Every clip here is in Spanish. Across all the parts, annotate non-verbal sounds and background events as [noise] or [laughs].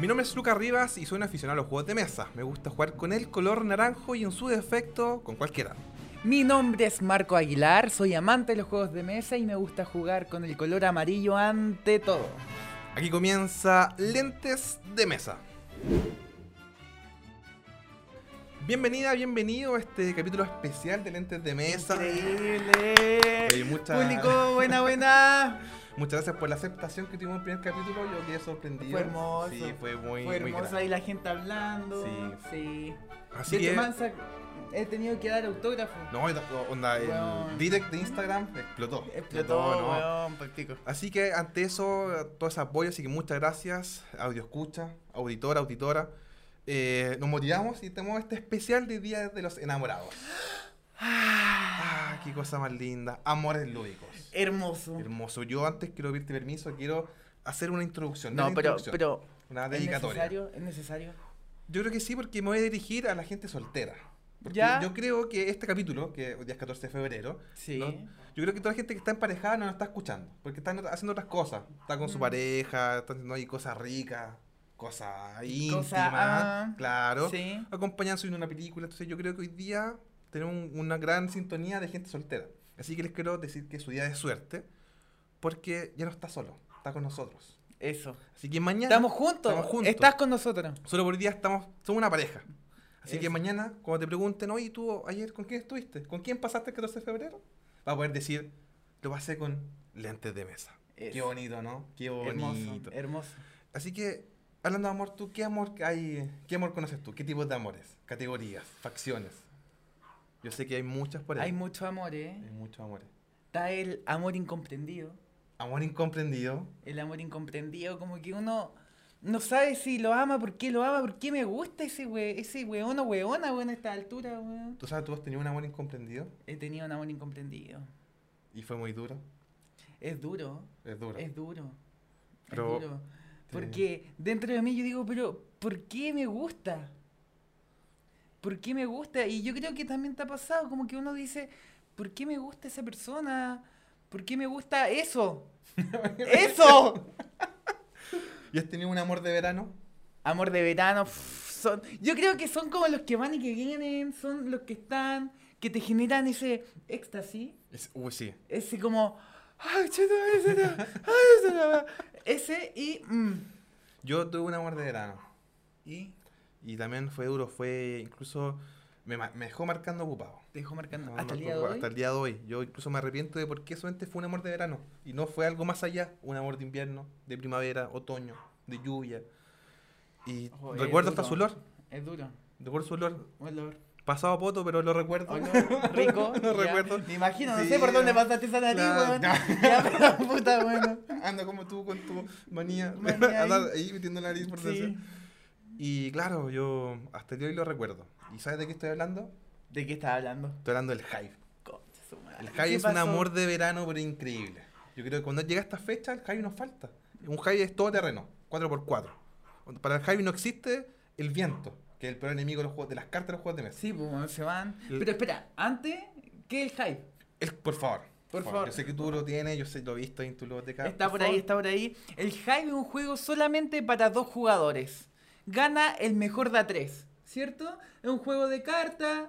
Mi nombre es Lucas Rivas y soy un aficionado a los juegos de mesa. Me gusta jugar con el color naranjo y en su defecto con cualquiera. Mi nombre es Marco Aguilar, soy amante de los juegos de mesa y me gusta jugar con el color amarillo ante todo. Aquí comienza Lentes de Mesa. Bienvenida, bienvenido a este capítulo especial de Lentes de Mesa. Increíble. Oye, mucha- Público, buena, buena. [laughs] Muchas gracias por la aceptación que tuvimos en el primer capítulo. Yo quedé sorprendido. Fue hermoso. Sí, fue muy, Fue muy hermoso grande. ahí la gente hablando. Sí. Sí. Así de hecho, que, Mansa, he tenido que dar autógrafo. no, y tampoco- onda, el Weón. direct de Instagram explotó. Explotó, no. weón, por pico. Así que ante eso, todo ese apoyo, así que muchas gracias, audio escucha, auditora, auditora. Eh, nos motivamos y tenemos este especial de Día de los Enamorados. Ah, qué cosa más linda. Amores lúdicos. Hermoso. Hermoso. Yo antes quiero pedirte permiso, quiero hacer una introducción. No, una pero, introducción, pero. Una ¿Es dedicatoria. necesario? ¿Es necesario? Yo creo que sí, porque me voy a dirigir a la gente soltera. Porque Ya. Yo creo que este capítulo, que hoy día es 14 de febrero, Sí. ¿no? yo creo que toda la gente que está emparejada no nos está escuchando, porque están ot- haciendo otras cosas. Está con su Mm. pareja, está haciendo ahí cosas ricas, cosas íntimas, ah, claro. Sí. Acompañándose en una película. Entonces yo creo que hoy día tenemos un- una gran sintonía de gente soltera. Así que les quiero decir que es su día de suerte, porque ya no está solo, está con nosotros. Eso. Así que mañana... Estamos juntos. Estamos juntos. Estás con nosotros. Solo por hoy día estamos, somos una pareja. Así que Eso. mañana, cuando te pregunten, oye, ¿tú ayer con quién estuviste? ¿Con quién pasaste el 14 de febrero? Va a poder decir, lo pasé con lentes de mesa. Qué Eso. bonito, ¿no? Qué bonito. Hermoso. Hermoso. Así que, hablando de amor, ¿tú qué amor hay? ¿Qué amor conoces tú? ¿Qué tipos de amores? Categorías, facciones. Yo sé que hay muchas por ahí. Hay mucho amor, ¿eh? Hay muchos amores. Está el amor incomprendido. Amor incomprendido. El amor incomprendido, como que uno no sabe si lo ama, por qué lo ama, por qué me gusta ese we, ese weón o weona, weón, a esta altura, weón. ¿Tú sabes, tú has tenido un amor incomprendido? He tenido un amor incomprendido. Y fue muy duro. Es duro, Es duro. es duro. Pero- es duro. te- Porque dentro de mí yo digo, pero ¿por qué me gusta? ¿Por qué me gusta? Y yo creo que también te ha pasado, como que uno dice, ¿por qué me gusta esa persona? ¿Por qué me [laughs] gusta eso? ¡Eso! ¿Y has tenido un amor de verano? Amor de verano, pff, son, yo creo que son como los que van y que vienen, son los que están, que te generan ese éxtasis, Es- uy, sí. ese como, ay, chuta, ay, chuta, ay, chuta", ese y, mm. Yo tuve un amor de verano. y Y también fue duro, fue incluso. Me, ma- me dejó marcando ocupado. te dejó marcando No, hasta marcó el día de ocupado, hoy. hasta el día de hoy. Yo incluso me arrepiento de por qué solamente fue un amor de verano. Y no fue algo más allá. Un amor de invierno, de primavera, otoño, de lluvia. Y Ojo, es recuerdo hasta duro. su olor. Es duro, Recuerdo su olor. olor, Pasado a poto, pero lo recuerdo. olor rico. No ya. recuerdo. Me imagino, no Sí, sé por dónde no. pasaste esa nariz, Claro, weón. ya. Ya, pero puta, bueno. [laughs] Anda como tú con tu [laughs] manía. Manía Andar ahí. ahí metiendo la nariz por Sí. dentro. Y claro, yo hasta el día de hoy lo recuerdo. ¿Y sabes de qué estoy hablando? ¿De qué estás hablando? Estoy hablando del hype. Concha su madre. El high ¿Qué es un pasó? amor de verano, pero increíble. Yo creo que cuando llega esta fecha, el high nos falta. Un high es todo terreno, 4x4. Para el high no existe el viento, que es el peor enemigo de, los juegos, de las cartas de los juegos de mesa. Sí, pues bueno, se van. El- Pero espera, antes, ¿qué es el hype? El- por favor. Por favor. Yo sé que tú lo tienes, yo sé lo he visto ahí en tu biblioteca. Está por ahí, está por ahí. El hype es un juego solamente para dos jugadores. Gana el mejor de a tres, ¿cierto? Es un juego de cartas,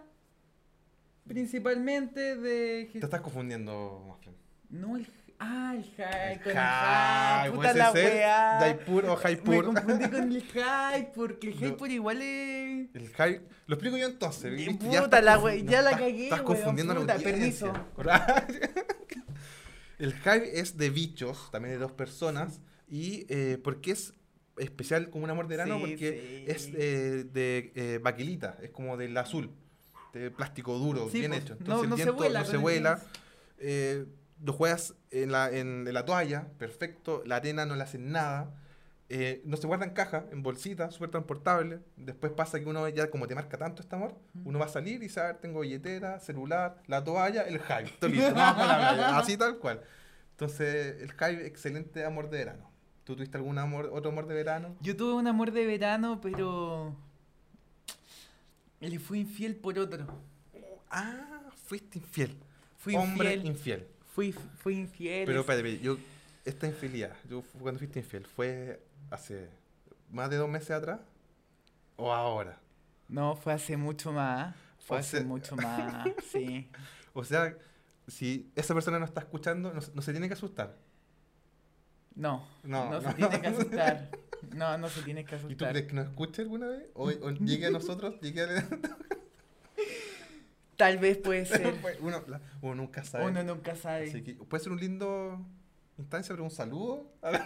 principalmente de... Te estás confundiendo, Maflen. No, el... Ah, el hype, El con el high, hype, ¿cómo puta es la ese? weá. Jaipur o Me Jaipur. confundí [laughs] con el hype, porque el hype No. por igual es... El high. Lo explico yo entonces. Y ¿viste? puta estás la confu- wey, no, ya la estás- cagué, Estás weón, confundiendo puta, la audiencia. [laughs] El hype es de bichos, también de dos personas. Y eh, porque es especial como un amor de verano, Sí, porque sí. es eh, de eh, baquelita, es como del azul, de plástico duro, Sí, bien pues, hecho. no- Entonces no el se viento vuela no con se el vuela. viento. eh, lo juegas en la, en, en la toalla, perfecto. La arena no le hacen nada. eh, no se guarda en caja, en bolsita, súper transportable. Después pasa que uno ya, como te marca tanto este amor, Mm. uno va a salir y sabe, tengo billetera, celular, la toalla, el hype. Todo listo, vamos para la playa", así tal cual. Entonces, el hype, excelente amor de verano. ¿Tú tuviste algún amor, otro amor de verano? Yo tuve un amor de verano, pero... Le fui infiel por otro. Ah, fuiste infiel. Fui Hombre infiel. infiel. Fui, fui infiel. Pero es- espérate, espérate, yo, esta infidelidad, yo, fu- cuando fuiste infiel, fue hace más de dos meses atrás? ¿O ahora? No, fue hace mucho más. Fue O hace sea- [laughs] mucho más, sí. O sea, si esa persona no está escuchando, no, se- no se tiene que asustar. No, no, No, se no. tiene que asustar. No, no se tiene que ¿Y tú asustar. crees que nos escuche alguna vez? ¿O, o [laughs] llegue a nosotros? ¿Llegue [laughs] a... Tal vez puede ser. pues, uno, la- uno nunca [laughs] sabe. Uno nunca sabe. Así que puede ser un lindo instancia, pero un saludo. A ver.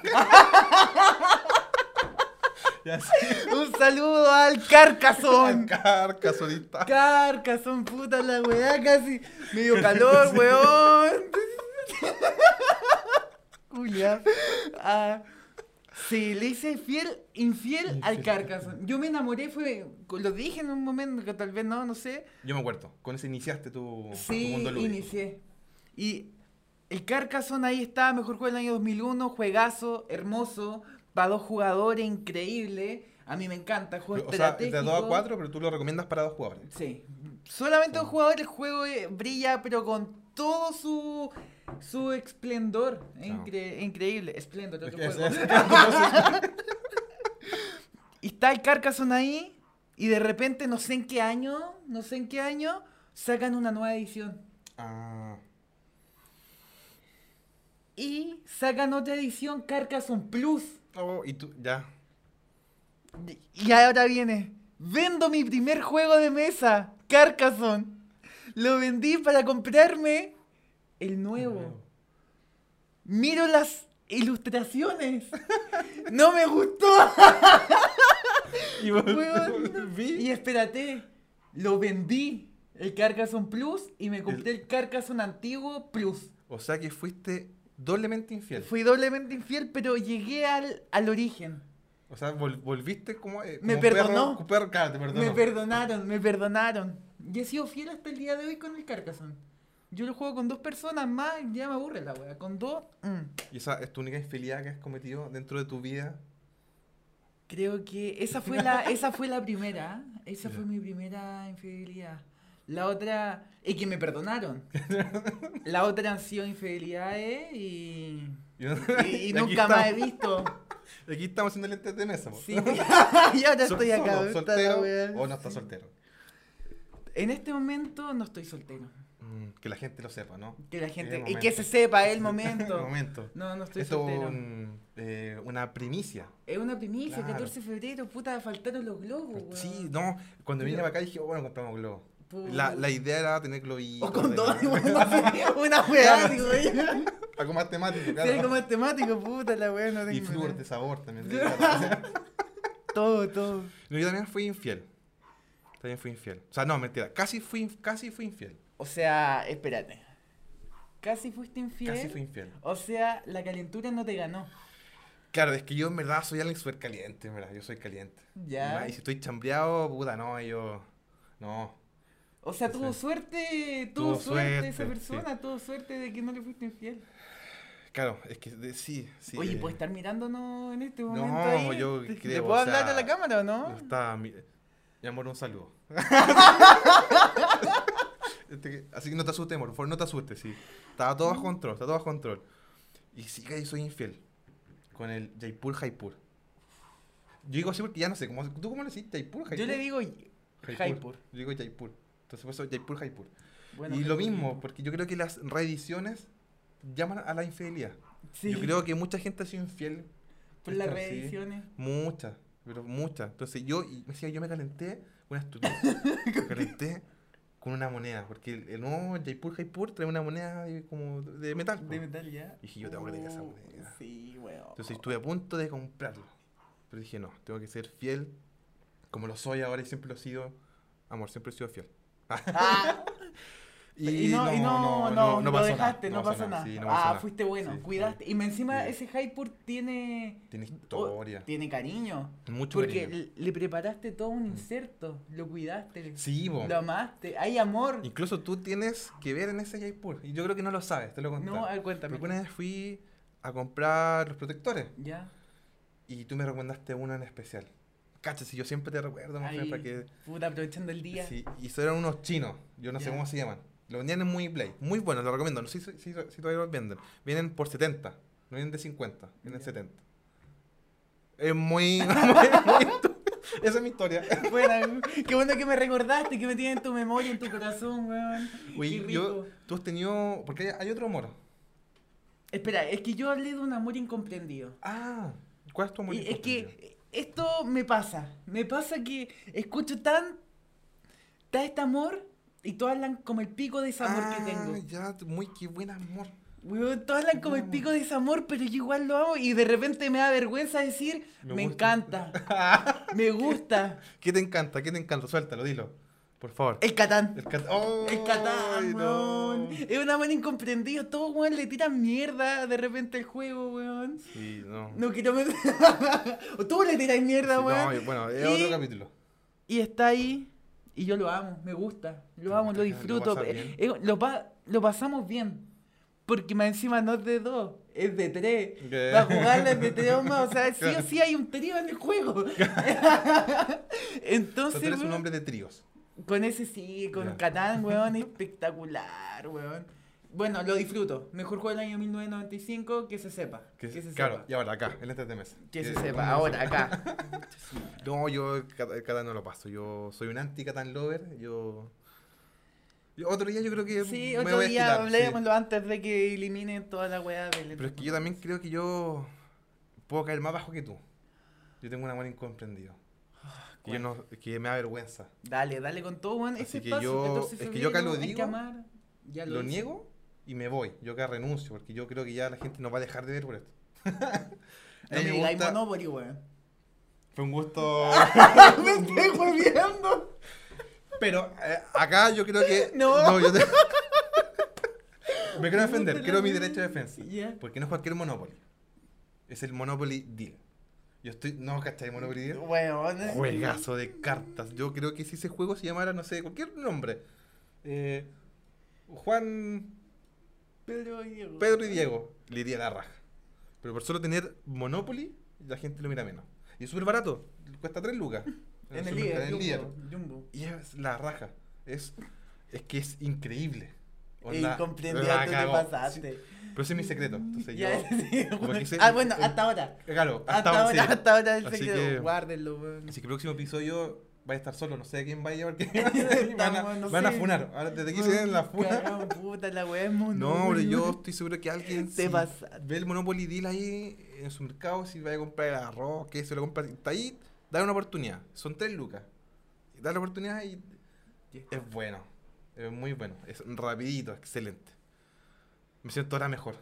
ya sí, Un saludo al Carcasón. Carca, solista. Carcasón, puta la weá, casi. [laughs] Medio calor, weón. Julia. Ah, sí, le hice fiel, infiel al Infiel. Carcasón. Yo me enamoré, fue. Lo dije en un momento que tal vez no, no sé. Yo me acuerdo, con eso iniciaste tu, tu Sí, mundo lúdico. inicié. Y el Carcassonne ahí está, mejor juego del año 2001, juegazo, hermoso, para dos jugadores, increíble. A mí me encanta, Pero, juego O sea, de 2 a estratégico. 4, pero tú lo recomiendas para dos jugadores. Sí. Solamente un jugador, el juego eh, brilla, pero con todo su, su esplendor. Es Claro. incre- increíble. Esplendor, Es otro que es- juego. es- Y está el Carcassonne ahí, y de repente, no sé en qué año, no sé en qué año, sacan una nueva edición. Ah, Y sacan otra edición, Carcassonne Plus. oh, y tú, ya. Y ahora viene. Vendo mi primer juego de mesa, Carcassonne. Lo vendí para comprarme el nuevo. Miro las ilustraciones. No me gustó. Y [laughs] Weón. volví. Y espérate, lo vendí. El Carcassonne Plus y me compré el Carcassonne Antiguo Plus. O sea que fuiste doblemente infiel. Fui doblemente infiel, pero llegué al, al origen. O sea, vol- volviste como. eh, Me como perro- perdonó. perro- claro, te perdonó. Me perdonaron, me perdonaron. Y he sido fiel hasta el día de hoy con el Carcassonne. Yo lo juego con dos personas más, ya me aburre la wea. Con dos, mm. ¿Y esa es tu única infidelidad que has cometido dentro de tu vida? [laughs] creo que esa fue la, esa fue la primera. ¿eh? Esa fue mi primera infidelidad. La otra, y que me perdonaron. [laughs] La otra han sido infidelidades y, Y, y y, y aquí nunca más he estamos- visto. [laughs] Aquí estamos haciendo lentes de mesa. po. Sí. [laughs] y ahora Sol- estoy acá. solo, puta la ¿Soltero wea. o no estás soltero? En este momento no estoy soltero. Mm, que la gente lo sepa, ¿no? Que la gente, y que momento. [laughs] se sepa el El momento. momento. No, no estoy Esto soltero. es un, eh, una primicia. Es una primicia, Claro. 14 de febrero, puta, faltaron los globos, Oh, weón. Sí, no. Cuando vine Pero- para acá dije, oh, bueno, compramos globos. Puta. La, la idea era tener globitos. O con de- dos, [laughs] weón, no sé, una weá, Claro. digo, weón. Algo más temático, claro. Sí, como es temático, puta, la weá, no y tengo flúor idea. de sabor también. de- [laughs] No, [laughs] Todo, todo. yo también fui infiel. También fui infiel. O sea, no, mentira. Casi fui, inf- casi fui infiel. O sea, espérate. Casi fuiste infiel. Casi fui infiel. O sea, la calentura no te ganó. Claro, es que yo en verdad soy alguien súper caliente, en verdad. Yo soy caliente. Ya. Y si estoy chambreado, puta, no, yo. No. O sea, tuvo Sí. suerte, tuvo, Tuvo suerte, suerte, esa sí. persona, tuvo suerte de que no le fuiste infiel. Claro, es que de- sí, sí. Oye, pues eh, ¿puedes estar mirándonos en este No, momento ahí? yo ¿Te- ¿Le creo, puedo o hablar sea, a la cámara o no? no está. Mi, mi amor, un saludo. Este que- así que no te asustes, amor. Por favor, no te asustes, sí. Está todo bajo control, está todo bajo control. Y sí que soy infiel. Con el Jaipur Jaipur. Yo digo así porque ya no sé. ¿cómo, ¿Tú cómo le decís Jaipur Jaipur? Yo le digo Jaipur. Yo digo Jaipur. Entonces, por eso Jaipur Jaipur. Bueno, y lo Jaipur. mismo, porque yo creo que las reediciones llaman a la infidelidad. Sí, Yo creo que mucha gente ha sido infiel, por las sí. reediciones. mucha, pero mucha. Entonces yo, y me decía, yo me calenté una estupidez. [laughs] me calenté con una moneda, porque el, el nuevo Jaipur Jaipur trae una moneda de- como de metal. po. De metal ya. Dije, yo tengo que tener esa Uh, moneda. Sí, weón. Entonces estuve a punto de comprarlo. Pero dije, no, tengo que ser fiel, como lo soy ahora y siempre lo he sido. Amor, siempre he sido fiel. Ah, [laughs] y, no, y no, no, lo pasó nada, dejaste, no pasó nada. sí, no pasó ah, nada. fuiste bueno, Sí, cuidaste. Y encima Sí. ese Jaipur tiene... Tiene o- historia. Tiene cariño. Mucho porque cariño. Mm. le- le preparaste todo un inserto, lo cuidaste, Sí, bo. lo amaste, hay amor. Incluso tú tienes que ver en ese Jaipur. Y yo creo que no lo sabes, te lo conté. No, a ver, cuéntame. Porque una vez fui a comprar los protectores Ya. y tú me recomendaste uno en especial. Cacha, si yo siempre te recuerdo, no sé, Ahí, para que... puta, aprovechando el día. Sí, y eso eran unos chinos, yo no sé Ya. cómo se llaman. Los vendían en Muy Play, muy buenos, los recomiendo. No sé si, si- si todavía los venden. Vienen por 70, no vienen de 50, vienen Ya. 70. Es muy. [laughs] muy- muy- Esa es mi historia. Buena, qué [laughs] bueno que me recordaste, que me tienes en tu memoria, en tu corazón, weón. Oye, Qué rico. yo, tú has tenido. Porque hay, hay otro amor. Espera, es que yo hablé de un amor incomprendido. Ah, ¿cuál es tu amor? Y es incomprendido? que esto me pasa. Me pasa que escucho tan. Está este amor y todas hablan como el pico de ese amor que Ah, tengo. Ya, muy qué buen amor. Weón, todas hablan como el Wow. pico de ese amor, pero yo igual lo amo y de repente me da vergüenza decir, Me me, gusta". encanta, [laughs] me gusta. ¿Qué te encanta? ¿Qué te encanta? Suéltalo, dilo. Por favor. El Catán. El cat- ¡Ay, El Catán, no! weón. Es un amor incomprendido. Todos, weón, le tiran mierda de repente al juego, weón. Sí, no. No quiero men- [laughs] o tú le tiras mierda, Sí, no, weón. y bueno, es Y- otro capítulo. Y está ahí. Y yo lo amo, me gusta. Lo amo, Lo lo disfruto. pasas eh, eh, Lo, pa- lo pasamos bien. Porque más encima no es de dos, es de tres. ¿Qué? Para jugarla es de tres o más. [laughs] O sea, sí o Claro. sí hay un trío en el [laughs] juego. O sea, Entonces, tú eres un weón, hombre de tríos. con ese sí, con Ya. [laughs] Catán, weón, espectacular, weón. Bueno, lo disfruto. Mejor juego del año 1995, que se sepa. Que- Que, se claro, sepa. y ahora acá, en este mes. Que se Eh, ¿cómo sepa, [laughs] ahora, acá. No, yo el cat- el Catán no lo paso. Yo soy un anti-Catán lover. Yo... yo- Otro día yo creo que. Sí, me otro voy a día agitar, sí. hablemoslo antes de que eliminen toda la weá del. Pero es que yo también creo que yo puedo caer más bajo que tú. Yo tengo un amor incomprendido. Ah, Que, yo no- que me da vergüenza. Dale, dale con todo, weón. Así Ese que espacio, yo- 14 es de que yo acá febrero, lo hay que digo, amar. Ya Lo hice. niego y me voy. Yo acá renuncio porque yo creo que ya la gente nos va a dejar de ver por esto. A No mí me me digáis gusta- Monopoly, weón. [laughs] Fue un gusto. ¡Me estoy [laughs] hueviando! [laughs] Pero eh, acá yo creo que. [laughs] No. yo te- Me quiero defender, Puta la quiero mi wea. derecho de defensa. Ya. Porque no es cualquier Monopoly. Es el Monopoly Deal. Yo estoy. ¿No cachai Monopoly Deal? Weón. eh. Juegazo de cartas. Yo creo que si ese juego se llamara, no sé, cualquier nombre. Eh, Juan, Pedro y Diego. Pedro y Diego le iría la raja. Pero por solo tener Monopoly, la gente lo mira menos. Y es súper barato. Cuesta 3 lucas. [laughs] En el supermercado, líder. en el líder. Jumbo, Jumbo. Y es la raja. Es, es que es increíble. Onda, Incomprendido, la tú te Ah, cagó. pasaste. Sí, pero ese es mi secreto. Entonces yo. [laughs] Ya, sí, como que ese- Ah, bueno, el- hasta ahora. [laughs] Claro, hasta, Hasta ahora. sí. ahora, hasta ahora el Así que- secreto. Guárdenlo, weón. Así que el próximo episodio va a estar solo, no sé a quién va a llevar. Que [laughs] [laughs] van, a, Estamos, no van a sé. funar. Ahora, desde aquí se viene la funa. Cagamos, puta, [laughs] la weá es Monopoly. No, pero yo estoy seguro que alguien Te si pasaste. ve el Monopoly Deal ahí en su mercado, si va a comprar el arroz, que se lo compra, está ahí, dale una oportunidad. Son tres lucas. Dale la oportunidad y es bueno. Es muy bueno. Es rapidito, excelente. Me siento ahora mejor.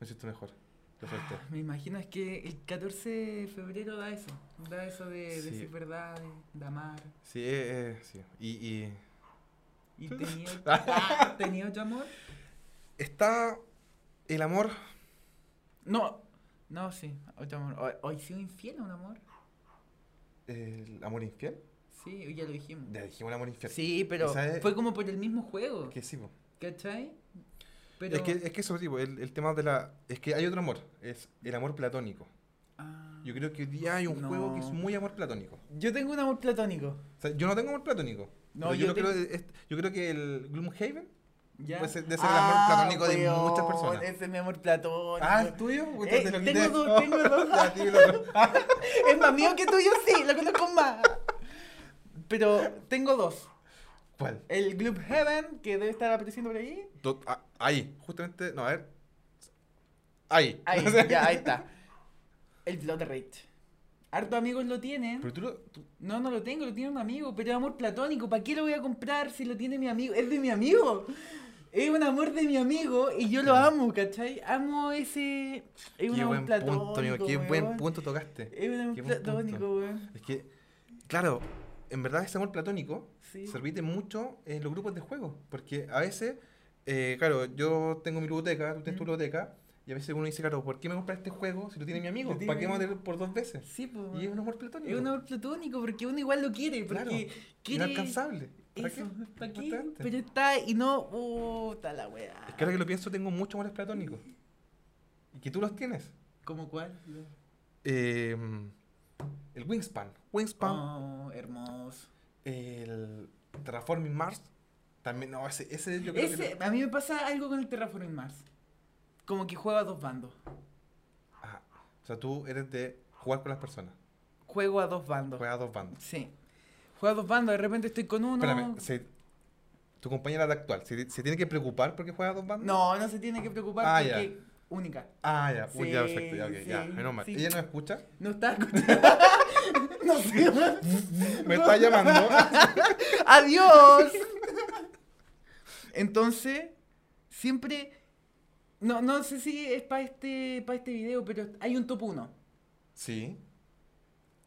Me siento mejor. Lo solté. Me imagino es que el 14 de febrero da eso, da eso de Sí. decir verdad, de, de amar. Sí, eh, eh, sí. Y, y [laughs] ¿Y tenía, ah, tenía otro amor? está el amor. No, no, sí, otro amor. Hoy- Hoy sido infiel a un amor. ¿El amor infiel? Sí, hoy ya lo dijimos. Ya dijimos el amor infiel. Sí, pero Esa es- fue como por el mismo juego, Que sí, po. ¿cachai? Pero... Es que, es que eso, tipo, el, el tema de la. Es que hay otro amor. Es el amor platónico. Ah. Yo creo que hoy día hay un No. juego que es muy amor platónico. Yo tengo un amor platónico. O sea, yo no tengo amor platónico. No, pero yo, yo no creo, tengo- es- yo creo que el Gloomhaven. ¿Ya? Ah, Pues, debe ser el amor platónico de muchas personas. Ese es mi amor platónico. Ah, ¿el tuyo? Puta, Eh, te lo tengo quité. dos, tengo [laughs] dos. Ya, tío, loco. Ah, [laughs] Es más mío que tuyo, sí, lo conozco más. Pero tengo dos. ¿Cuál? El Gloop Heaven, que debe estar apareciendo por ahí. Do- ah, ahí, justamente. No, a ver. Ahí. Ahí, [laughs] No sé. ya, ahí está. El Blood Rage. Harto amigos lo Pero tienen. tú lo. tú- No, no lo tengo, lo tiene un amigo, pero es amor platónico. ¿Para qué lo voy a comprar si lo tiene mi amigo? Es de mi amigo. Es un amor de mi amigo y yo lo amo, ¿cachai? Amo ese. Es un qué amor buen platónico. punto, amigo. Qué weón. buen punto tocaste. Es un amor Qué buen punto. platónico, weón. Es que, claro, en verdad ese amor platónico Sí. se repite mucho en los grupos de juego. Porque a veces, eh, claro, yo tengo mi biblioteca, tú tienes tu Mm. biblioteca, y a veces uno dice, claro, ¿por qué me compras este juego si lo tiene mi amigo? Lo tiene ¿Para mi qué vamos a amigo". tener por dos veces? Sí, pues. Y es un amor platónico. Es un amor platónico porque uno igual lo quiere, porque Claro, quiere inalcanzable. ¿Para eso, qué? ¿para qué? Importante. Pero está y no, puta la weá. Es que ahora que lo pienso, tengo muchos amores platónicos. Y que tú los tienes. ¿Cómo cuál? Eh, el Wingspan. Wingspan. Oh, hermoso. El Terraforming Mars. También, no, ese, ese yo creo que... Ese, a mí me pasa algo con el Terraforming Mars. Como que juega a dos bandos. Ah, o sea, tú eres de Jugar con las personas. Juego a dos bandos. Juega a dos bandos. Sí. Juego a dos bandos, de repente estoy con uno. Espérame, se- tu compañera de actual, ¿se, se tiene que preocupar porque juega a dos bandos? No, no se tiene que preocupar Ah, ya. porque única. Ah, ya, uy, ya, Sí, perfecto, ya, ok, ya, sí, menos mal. sí. ¿Ella no escucha? No [laughs] está escuchando. [laughs] no sé. Me está [laughs] llamando. Adiós. [laughs] Entonces, siempre no no sé si es para este para este video, pero hay un top 1. sí.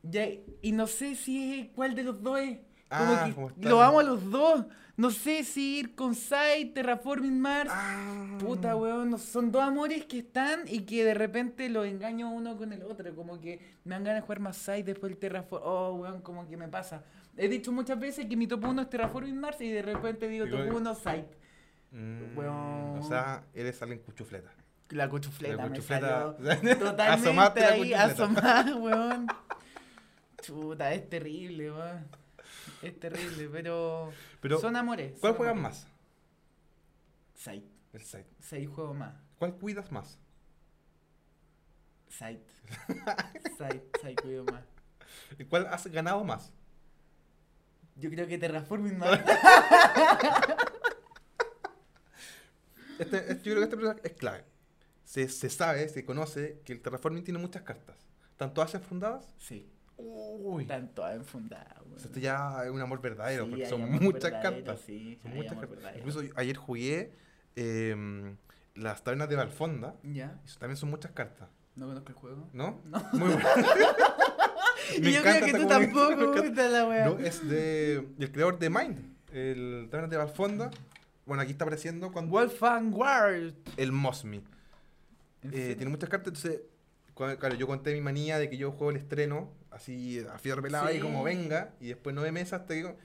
Ya, y no sé si es cuál de los dos es. Como Ah, que como está lo el- amo a los dos. No sé si ir con Sai, Terraforming Mars. Ah. Puta, weón, no- son dos amores que están y que de repente los engaño uno con el otro. Como que me dan ganas de jugar más Sai, después el Terraforming. Oh, weón, como que me pasa. He dicho muchas veces que mi top 1 es Terraforming Mars y de repente digo Y top bueno. 1 Sai. Mm, Weón. O sea, eres alguien cuchufleta. La cuchufleta, La me cuchufleta. [laughs] salió Totalmente Asomaste la ahí, cuchufleta. asomada, [laughs] weón. Chuta, es terrible, weón. Es terrible, pero, Pero, son amores. ¿cuál son juegas amores. más? Sight. El site. Sight juego más. ¿Cuál cuidas más? [laughs] Sight. Sight, Sight juego más. ¿Y cuál has ganado más? Yo creo que Terraforming más. [laughs] Este, este- yo creo que este personaje es clave. Se, se sabe, se conoce que el terraforming tiene muchas cartas. ¿Están todas enfundadas? Sí, Uy. están todas enfundadas, weón. O sea, esto ya es un amor verdadero, Sí, porque hay son amor muchas verdadero, cartas. Sí, Son hay muchas amor cartas. verdadero. Incluso yo ayer jugué em, las tabernas de Valfonda. ¿Ya? y eso también son muchas cartas, ¿No conozco [laughs] el juego? ¿no? No. [laughs] Muy bueno. Y yo creo que esta tú comunidad, tampoco, [laughs] me encanta. puta la weá. No, eh. es de, del creador de Mind, el tabernas de Valfonda. Bueno, aquí está apareciendo cuando Wolf and Ward. el Mosmi. ¿En Eh, serio? tiene muchas cartas, entonces, cua- claro, yo conté mi manía de que yo juego el estreno, así a fierro pelado y como Sí. venga, y después no de mesa hasta que... digo,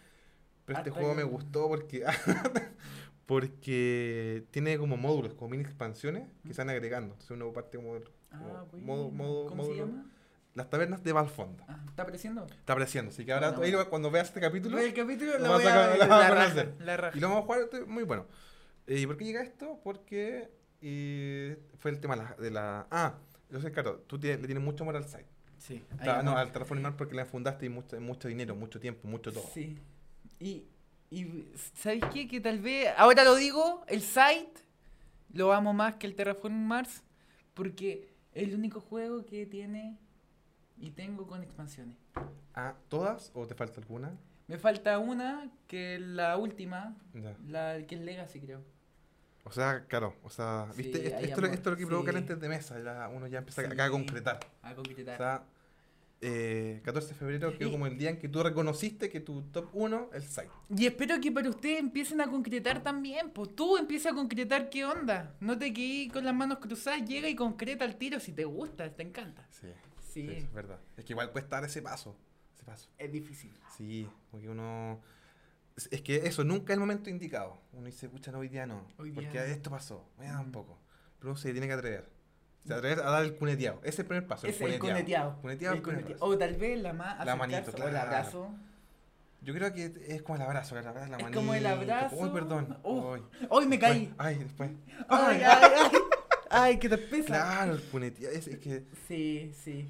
Pero este Hasta juego me que- gustó porque... [laughs] porque tiene como módulos, como mini expansiones que se van agregando. Entonces uno parte como... Ah, como modo- bueno. modo- ¿Cómo se módulo. llama? Las tabernas de Valfonda. Ah, ¿Está apareciendo? Está apareciendo, así que ahora Buena, ahí buena. cuando veas este capítulo... El capítulo lo lo vas a voy a con- ver. lo La, vas a raja, conocer. la raja. Y lo vamos a jugar, este- muy bueno. Eh, ¿Y por qué llega esto? Porque eh, fue el tema de la... de la- ah, entonces, claro, tú tienes- le tienes mucho amor al site. Sí. ahí Ta- Ah, no, vamos. al transformar porque la fundaste y mucho, mucho dinero, mucho tiempo, mucho todo. Sí. Y, y ¿sabéis qué? Que tal vez, ahora lo digo, el site lo amo más que el Terraforming Mars porque es el único juego que tiene y tengo con expansiones. Ah, ¿Todas o te falta alguna? Me falta una que es la última, Ya. la que es Legacy creo. O sea, claro, o sea, ¿viste? Sí, Esto- esto, hay es lo- amor, esto es lo que provoca sí. el antes de mesa, ya uno ya empieza Sí. acá a concretar. A O concretar. sea, eh, 14 de febrero quedó Y- como el día en que tú reconociste que tu top 1 es el site. Y espero que para ustedes empiecen a concretar también. Pues tú empieza a concretar qué onda. No te quedes con las manos cruzadas, llega y concreta el tiro si te gusta, te encanta. Sí, Sí, eso es verdad. Es que igual cuesta dar ese paso, ese paso. es difícil. Sí, porque uno... Es es que eso, nunca es el momento indicado. Uno dice, pucha, no, hoy día no. Hoy porque día no". Mm. esto pasó, mañana Ujú. tampoco. Pero uno se tiene que atrever. Se atrever a dar el cuneteado. Ese es el primer paso, Es el cuneteado. Cuneteado, El el cuneteado. cuneteado. O tal vez la más La manito, acercarse, o el claro. abrazo. Yo creo que es como el abrazo, la verdad, la Es como el manito. abrazo. Uy, perdón. Oh, Uy. ¡Hoy me Después- caí! Oh Ay, después. ¡Ay, ay, Ay, ay! ¡Ay, que te pesa! Claro, el cuneteado. Es, es que Sí, sí.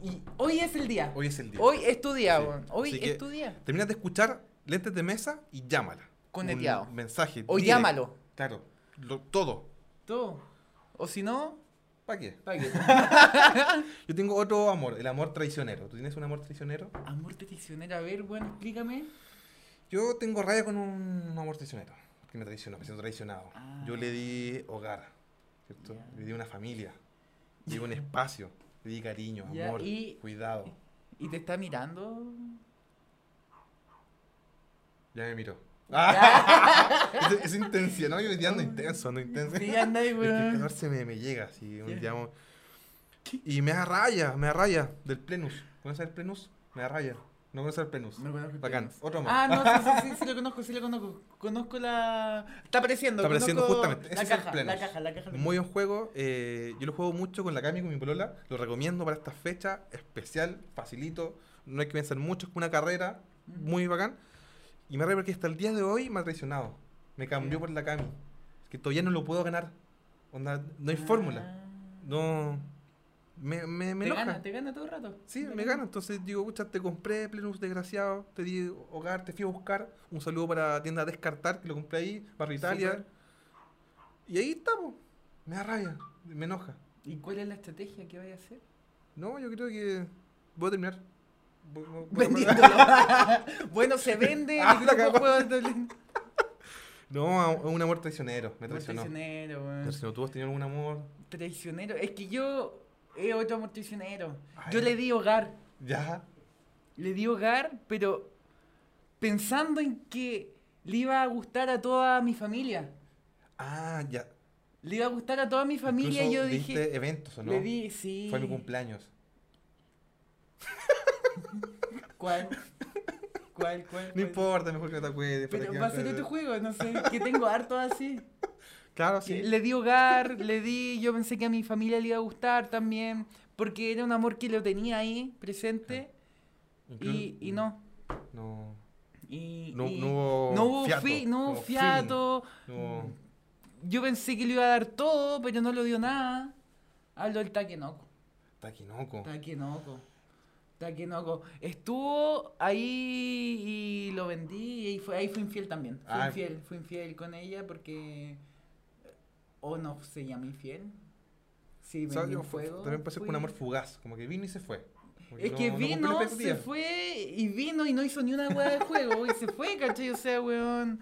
Y, y hoy es el día. hoy Hoy, es el día. es tu día, Sí. weón. Hoy Así es que- tu día. Terminas de escuchar lentes de mesa y llámala. Cuneteado. Un mensaje. O directo. llámalo. Claro, lo- todo. Todo. O si no, ¿Para qué? pa' [laughs] qué. Yo tengo otro amor, el amor traicionero. ¿Tú tienes un amor traicionero? Amor traicionero, a ver, bueno, explícame. Yo tengo raya con un amor traicionero. Que me traicionó, me siento traicionado. Ah. Yo le di hogar, ¿cierto? Ya. Le di una familia, le di un espacio, le di cariño, Ya, amor, y- cuidado. ¿Y te está mirando? Ya me miró. es, [laughs] es intenso, ¿no? Yo hoy día ando intenso, ando intenso. Sí, anda ahí, Es que el weón. calor se me, me llega, así, un Ya. día vamos- Y me da raya, me da raya del plenus. ¿Conoces el plenus? Me da raya. ¿No conoces el plenus? No conozco el Bacán, Thanos. otro más. Ah, no, [laughs] sí, sí, sí, sí, lo conozco, sí lo conozco. Conozco la. Está apareciendo, Está apareciendo conozco justamente, ese La es el caja, Plenos. la caja, la caja. Muy buen juego. eh, yo lo juego mucho con la Cami, con mi polola. Lo recomiendo para esta fecha. Especial, facilito. No hay que pensar mucho. Es una carrera Mm. muy bacán. Y me arrepiento porque hasta el día de hoy me ha traicionado. Me cambió Ya. por la Cami. Que todavía no lo puedo ganar. Onda, no hay fórmula. Ah. No. Me, me, me Te enoja. gana, te gana todo el rato. Sí, Te me gana. Entonces digo, pucha, te compré, Plenus desgraciado, te di hogar, te fui a buscar. Un saludo para tienda Descartar, que lo compré ahí, Barrio Italia. Súper. Y ahí estamos. Me da rabia, me enoja. ¿Y cuál es la estrategia que vaya [laughs] a hacer? No, yo creo que voy a terminar. Voy- voy- voy a- Vendiéndolo. bueno, se vende. Ah, el la grupo cagó. Juegos del Hambre. [laughs] No, a un amor traicionero, me traicionó. Traicionero, Me weón. traicionó. ¿Tú has tenido algún amor? Traicionero. Es que yo es otro amor traicionero. Ay. Yo le di hogar. Ya. Le di hogar, pero pensando en que le iba a gustar a toda mi familia. Ah, ya. Le iba a gustar a toda mi familia y Incluso yo diste dije. eventos, ¿o no? Le di, sí. Fue mi cumpleaños. [laughs] ¿Cuál? ¿Cuál, cuál? No importa, mejor que no te acuerdes. para Pero que- va a ser otro juego, [laughs] no sé, que tengo harto así. Claro, Que sí. Le di hogar, le di, yo pensé que a mi familia le iba a gustar también, porque era un amor que lo tenía ahí, presente, Ah, y, Inclu- y no. No. Y, No, y- no hubo no hubo fiato, fi- no hubo hubo fiato, feeling, no hubo- yo pensé que le iba a dar todo, pero no lo dio nada. Hablo del Takenoko. Taquinoco. Takenoko. Takenoko. Estuvo ahí y lo vendí y ahí fue, ahí fue infiel también. Fui Ah. infiel, fui infiel con ella porque... ¿O no se llama infiel? Sí, ¿Sabes? vendí un Yo fu- juego. También parece que fue un fui- amor fugaz, como que vino y se fue. Como Es no- que no cumplió vino, se expectativas. fue y vino y no hizo ni una hueá de juego y se fue, ¿cachai? O sea, weón.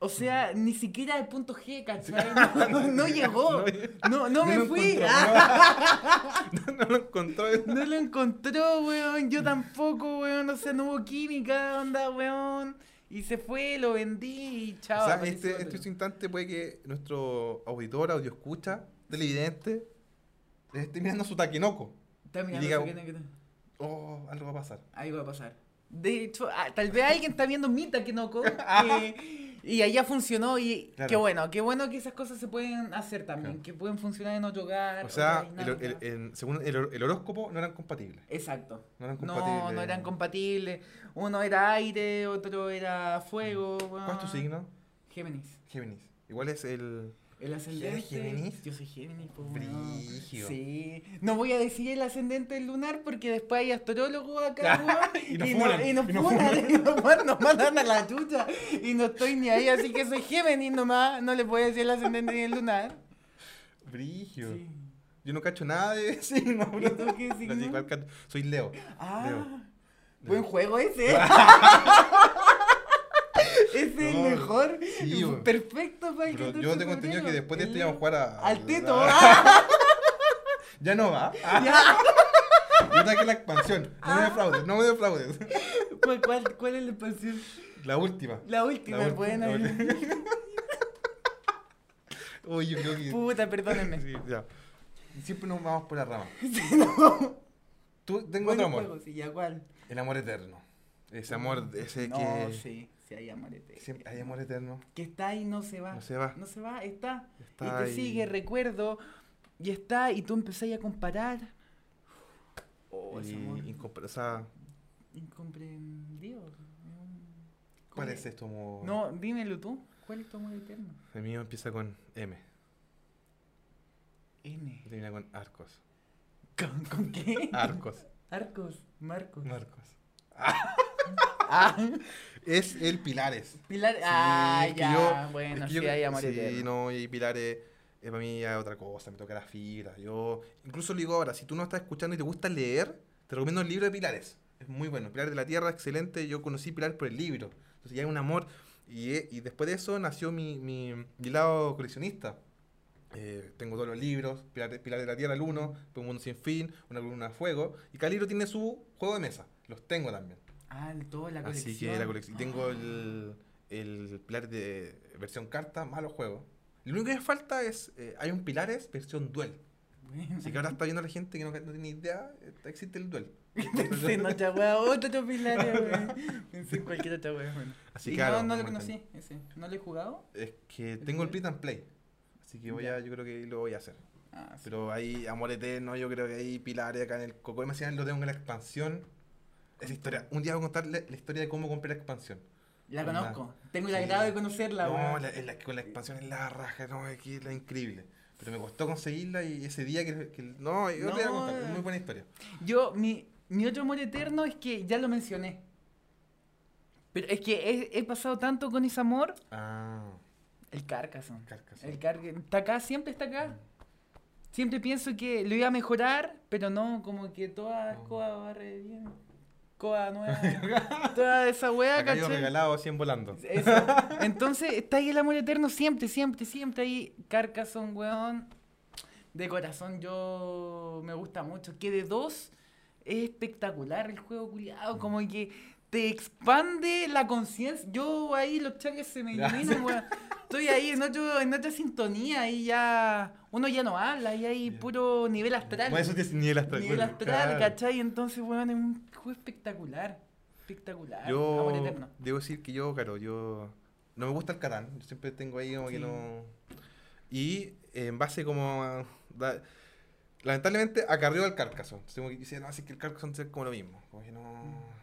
O sea, ni siquiera el punto G, ¿cachai? No, [laughs] no llegó. No, no me lo fui. encontró, Ah. [laughs] no, no lo encontró. No lo encontró, weón. Yo tampoco, weón. O sea, no hubo química, onda, weón. Y se fue, lo vendí y chao. o sea, apareció este, otro. este instante puede que nuestro auditor, audio escucha, televidente, esté mirando su taquinoco. Está mirando, y diga- saqué, saqué, saqué. Oh, algo va a pasar. Algo va a pasar. De hecho, ah, tal [laughs] vez alguien está viendo mi Takenoko eh, y allá funcionó y Claro. qué bueno, qué bueno que esas cosas se pueden hacer también, Claro. que pueden funcionar en otro hogar. O sea, otra el, el- dinámica. el- según el, hor- el horóscopo, no eran compatibles. Exacto. No eran compatibles. No, no eran compatibles. Uno era aire, otro era fuego. ¿Cuál es tu weón. signo? Géminis. Géminis. Igual es el. El ascendente. Géminis? Yo soy Géminis, po, weón. Brígido. Sí. No voy a decir el ascendente del lunar porque después hay astrólogos [laughs] acá, weón. Y nos no- funan, y nos y nos funan, funan. [laughs] y nos man- nos mandan a la chucha. Y no estoy ni ahí, así que soy Géminis nomás. No les voy a decir el ascendente ni el lunar. Brigio. Sí. Yo no cacho nada de signo, bro. ¿Y tú qué No, sí, signo? igual cacho- Soy Leo. Ah, Leo. buen juego [laughs] ese. [laughs] ese es el No, mejor. sí, weón. Perfecto pues, para el Bro, 14 yo de tengo entendido que febrero. después de El esto íbamos a Leo. jugar a. Al teto. a- Ah, Ya no va. [laughs] ya. Yo traje la expansión. No Ah. me defraudes, no me defraudes. ¿Cuál, cuál, cuál es la expansión? La última. La última, La última, buena. la [laughs] última. Oye, yo creo que. Puta, perdónenme. Sí, ya. Siempre nos vamos por la rama. [laughs] Sí, no. Tú, tengo Bueno, otro amor. juego, sí, ya, ¿cuál? El amor eterno. Ese amor, ese no, que. sí, sí, hay amor eterno. Siempre hay amor eterno. Que está y no se va. No se va. No se va, está. Está y te ahí. sigue, recuerdo. Y está, y tú empezás a comparar. Oh, ese Y amor. incompre- o sea, Incomprendido. Mm. ¿cuál ¿Cómo? es esto? amor? No, dímelo tú. ¿Cuál es tu amor eterno? El mío empieza con M. N. y [laughs] Termina con arcos. ¿Con, con qué? Arcos. Arcos. Marcos. Ah. Marcos. Ah. Es el Pilares. Pilar. Sí, ah, es que ya. yo- bueno, es que sí, yo- hay amor sí, eterno. no, y Pilares eh, para mí es otra cosa, me toca las fibras. Yo, incluso le digo ahora, si tú no estás escuchando y te gusta leer, te recomiendo el libro de Pilares. Es muy bueno. Pilares de la Tierra, excelente. Yo conocí Pilares por el libro. Entonces ya hay un amor. Y, eh, y después de eso nació mi, mi, mi lado coleccionista. Eh, tengo todos los libros, Pilar de, Pilar de la Tierra, el 1, Un Mundo Sin Fin, Una Columna de Fuego. Y cada libro tiene su juego de mesa. Los tengo también. Ah, el todo, la colección. Así que la colección. Tengo el, el pilar de versión carta más los juegos. Lo único que me falta es. eh, hay un pilares versión duel. Ah, Bueno. [laughs] Así que ahora está viendo la gente que no, no tiene idea. eh, Existe el duel. Sí, no te wea, otro pilar, wey. Pensé en cualquier otra wea, bueno. Así Y que ahora no, no lo vamos a conocí, ese. ¿No lo he jugado? Es que tengo el duel? print and play. Así que voy a, yo creo que lo voy a hacer. Ah, sí. Pero hay amor eterno, yo creo que hay pilares acá en el Coco. Me decían, lo tengo en la expansión. Esa historia. Un día voy a contarle la historia de cómo compré la expansión. La Verdad. conozco. Tengo el Ah. Sí. agrado de conocerla, no, weón. la, es la- con la expansión es la raja, no, aquí es la increíble. Pero me costó conseguirla y ese día que... que- no, yo te voy a No, contar, es eh. muy buena historia. Yo, mi, mi otro amor eterno es que ya lo mencioné. Pero es que he, he pasado tanto con ese amor. Ah, El Carcassonne. Carcassonne. El Carcassonne. Está acá, siempre está acá. Siempre pienso que lo iba a mejorar, pero no, como que toda No. escoba barre bien. Coa nueva. toda esa wea, Acá yo ¿cachai? regalado 100 volando. [laughs] Eso. Entonces, está ahí el amor eterno siempre, siempre, siempre ahí. Carcassonne, weón. De corazón yo me gusta mucho. Que de dos es espectacular el juego, culiado. Como Mm. que te expande la conciencia. Yo ahí los chaques se me Ya. iluminan, weón. Estoy ahí en, otro, en otra sintonía y ya... Uno ya no habla y hay Ya. puro nivel astral. Bueno, eso es nivel astral. nivel bueno, astral, claro. ¿cachai? Entonces, weón, es un juego espectacular. Espectacular. Ah, Amor Yo eterno. debo decir que yo, claro, yo no me gusta el Catán, yo siempre tengo ahí como que Sí. no. Y eh, en base como a- da- lamentablemente acarreó al Carcassonne. Entonces como que dice, no, así que el Carcassonne es como lo mismo, como que no. Mm.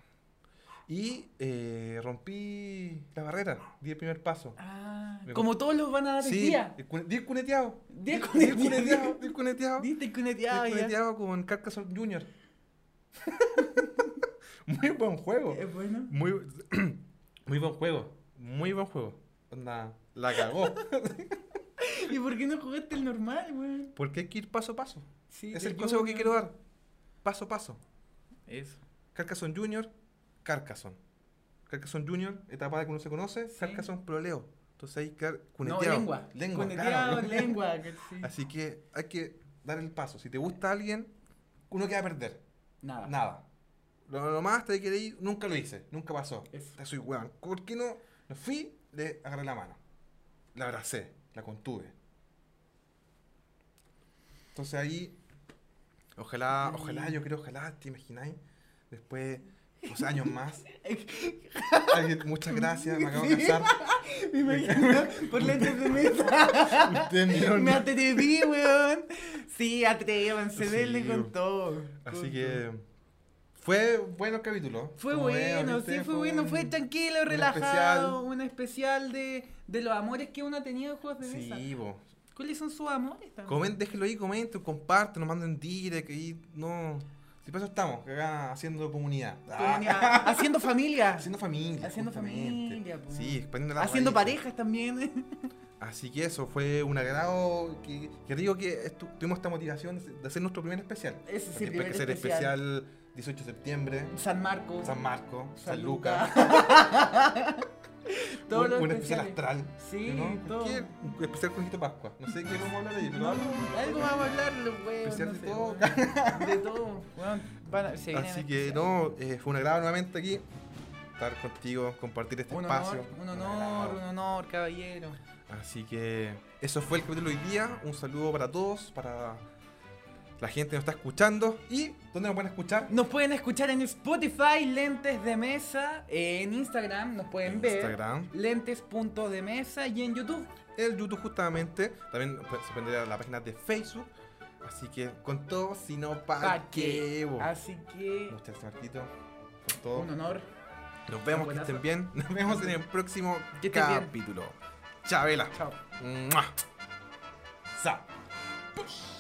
Y eh, rompí la barrera, di el primer paso. Ah, Me como todos los van a dar el Sí, día. el cu- di el cuneteado. Di el Di el cuneteado. cuneteado, di el cuneteado. Diste el cuneteado Estoy ya. cuneteado con Carcassonne Junior. [laughs] Muy buen juego. Es Eh, bueno. Muy, [clears throat] muy buen juego. Muy buen juego. Onda, la cagó. ¿Y por qué no jugaste el normal, weón? [laughs] Porque hay que ir paso a paso. Sí, Es te el consejo que ayuda. quiero dar. Paso a paso. Eso. Carcassonne Junior, Carcassonne. Carcassonne Junior, etapa de que uno se conoce. Sí. Carcassonne Proleo. Entonces hay que No, cuneteado. lengua. Lengua, Cuneteado, claro. lengua. que sí. [laughs] Así que hay que dar el paso. Si te gusta alguien, uno queda a perder. Nada. Nada. Lo, lo más te quería ir, nunca lo hice, nunca pasó. Eso. [laughs] Te soy weón. ¿Por qué no? Me fui, le agarré la mano. La abracé, la contuve. Entonces ahí, ojalá, Ay. ojalá, yo creo, ojalá, te imagináis, después, dos años más. [laughs] Me alguien, muchas gracias, me acabo de Sí. casar. imagino por lentes de mesa. [laughs] Ustedes vieron. Me atreví, weón. Sí, atrévanse, Sí, denle weón. con todo. Así con que fue bueno el capítulo. Fue Como vean, bueno, ¿viste? sí, fue bueno, fue un- tranquilo, un relajado, un especial de, de los amores que uno ha tenido en juegos de mesa. Sí, vos. ¿Cuáles son sus amores también? Comenten, déjenlo ahí, comenten, comparten, nos manden direct y no. Si para eso estamos, que acá haciendo comunidad. Comunidad, Ah, haciendo familia, [laughs] haciendo familia. Haciendo justamente. familia, po. Sí, expandiendo la haciendo raíz. parejas también. [laughs] Así que eso fue un agrado. Que, que digo que estu- tuvimos esta motivación de- de hacer nuestro primer especial. Ese es Porque después el primer que hacer especial. especial 18 de septiembre, San Marcos, San Marco, San, San Lucas, [laughs] [laughs] todos un, los un especial especiales. astral. Sí, ¿no? todo. ¿Qué? Un especial con Jito Pascua. No sé qué vamos a hablar ahí, pero No, algo. algo vamos a hablar, los huevos, Especial no de sé, todo. weón. De todo. weón. Van a- se vienen Así que especiales. no, eh, fue un agrado nuevamente aquí estar contigo, compartir este Un espacio. honor, un honor, agrado. un honor, caballero. Así que eso fue el capítulo de hoy día. Un saludo para todos, para la gente que nos está escuchando. ¿Y dónde nos pueden escuchar? Nos pueden escuchar en Spotify, Lentes de Mesa, en Instagram nos pueden ver. Instagram, Lentes.demesa y en YouTube. el YouTube justamente. También pues, se pueden ir a la página de Facebook. Así que con todo, si no, Pa' pa' Ah, qué. Ah, qué. bo. Así que Muchas gracias, Marquito. Con todo. un honor. Nos vemos, que Buenazo. estén bien. [laughs] Nos vemos en el próximo Que estén bien. capítulo. Chabela. Chao. ¡Mua! Sa. Push.